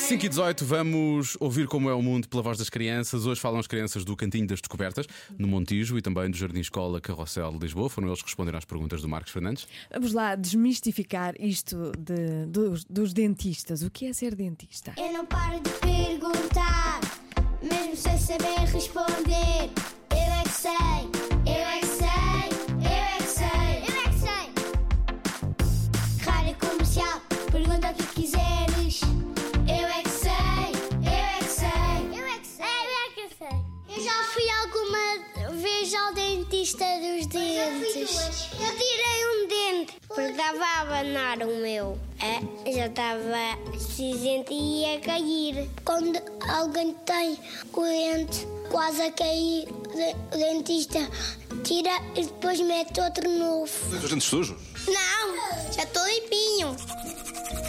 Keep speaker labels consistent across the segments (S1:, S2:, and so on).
S1: 5 e 18, vamos ouvir como é o mundo pela voz das crianças. Hoje falam as crianças do Cantinho das Descobertas, no Montijo e também do Jardim Escola Carrossel de Lisboa. Foram eles que responderam às perguntas do Marcos Fernandes.
S2: Vamos lá desmistificar isto de- dos, dos dentistas. O que é ser dentista?
S3: Eu não paro de perguntar, mesmo sem saber responder. Eu é que sei, eu é que sei, eu é que sei, eu é que sei. Rádio comercial, pergunta o que quiseres. Eu é que sei, eu é que sei, eu é que sei, eu é que sei. Eu já fui alguma vez ao dentista dos dentes. Eu tirei um dente, porque estava a abanar o meu. É, já estava cinzento e ia cair. Quando alguém tem o dente quase a cair, o dentista tira e depois mete outro novo.
S4: Os dentes sujos?
S3: Não, já estou limpinho.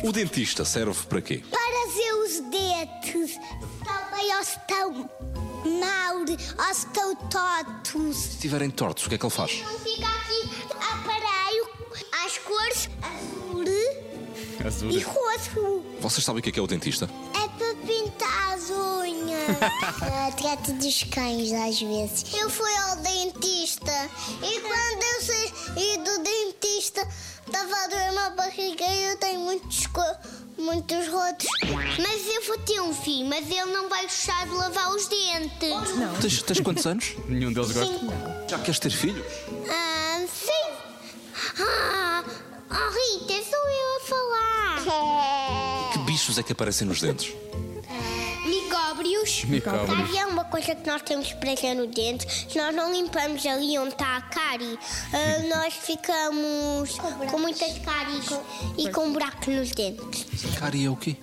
S4: O dentista serve para quê?
S3: Para ver os dentes. Também os estão mal, os estão tortos.
S4: Se estiverem tortos, o que é que ele faz?
S3: Não fica aqui aparelho às cores azul
S1: Azul.
S3: e roxo.
S4: Vocês sabem o que é, que é o dentista?
S3: É para pintar as unhas. Trata dos cães às vezes. Eu fui ao dentista e quando eu saí do dentista estava a doer uma barriga e eu tenho muitos co- muitos rotos. Mas eu vou ter um filho, mas ele não vai gostar de lavar os dentes.
S2: Não.
S4: Tens, tens quantos anos?
S1: Nenhum deles gosta.
S4: Já queres ter filhos?
S3: Ah, sim. Ah, oh, Rita, sou eu a falar.
S4: Que bichos é que aparecem nos dentes?
S3: Micóbrios.
S1: Micóbrios.
S3: Cárie é uma coisa que nós temos presa no dente. Se nós não limpamos ali onde está a cárie, ah, nós ficamos com, muitas cáries e com buracos nos dentes.
S4: Cárie é o quê?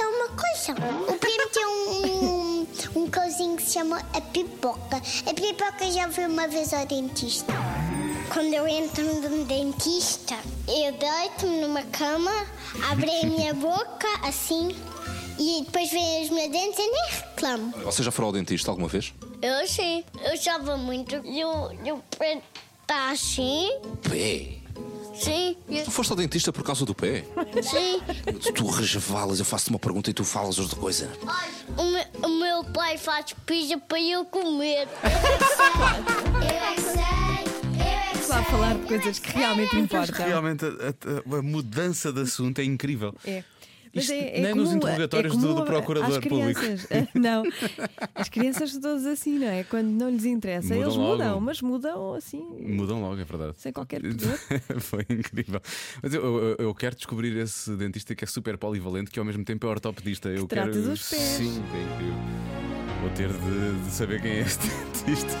S3: É uma coisa. O primo tem um, um cozinho que se chama a pipoca. A pipoca já foi uma vez ao dentista. Quando eu entro no dentista, eu deito-me numa cama, abro a minha boca assim e depois vejo os meus dentes e nem reclamo.
S4: Vocês já foram ao dentista alguma vez?
S3: Eu sim, eu chava muito. E o, e o preto tá assim,
S4: Pé!
S3: sim,
S4: Tu foste ao dentista por causa do pé?
S3: sim.
S4: tu resvalas, eu faço-te uma pergunta e tu falas outra coisa.
S3: O, me- o meu pai faz pizza para eu comer. Eu é que sei, eu é que sei.
S2: Vamos lá falar de coisas que
S3: É.
S2: realmente importam.
S1: Realmente, a, a- a mudança de assunto é incrível.
S2: É.
S1: Isto nem nos interrogatórios do-
S2: comum
S1: do
S2: a-
S1: procurador
S2: às crianças. Ah, não, as crianças são todas assim, não é? Quando não lhes interessa,
S1: Mudam
S2: eles
S1: logo.
S2: mudam, mas mudam assim.
S1: Mudam logo, é verdade.
S2: Sem qualquer pudor.
S1: Foi incrível. Mas eu, eu- eu quero descobrir esse dentista que é super polivalente, que ao mesmo tempo é ortopedista. eu
S2: trata
S1: quero.
S2: dos pés.
S1: Sim, é incrível. Vou ter de, de saber quem é este dentista.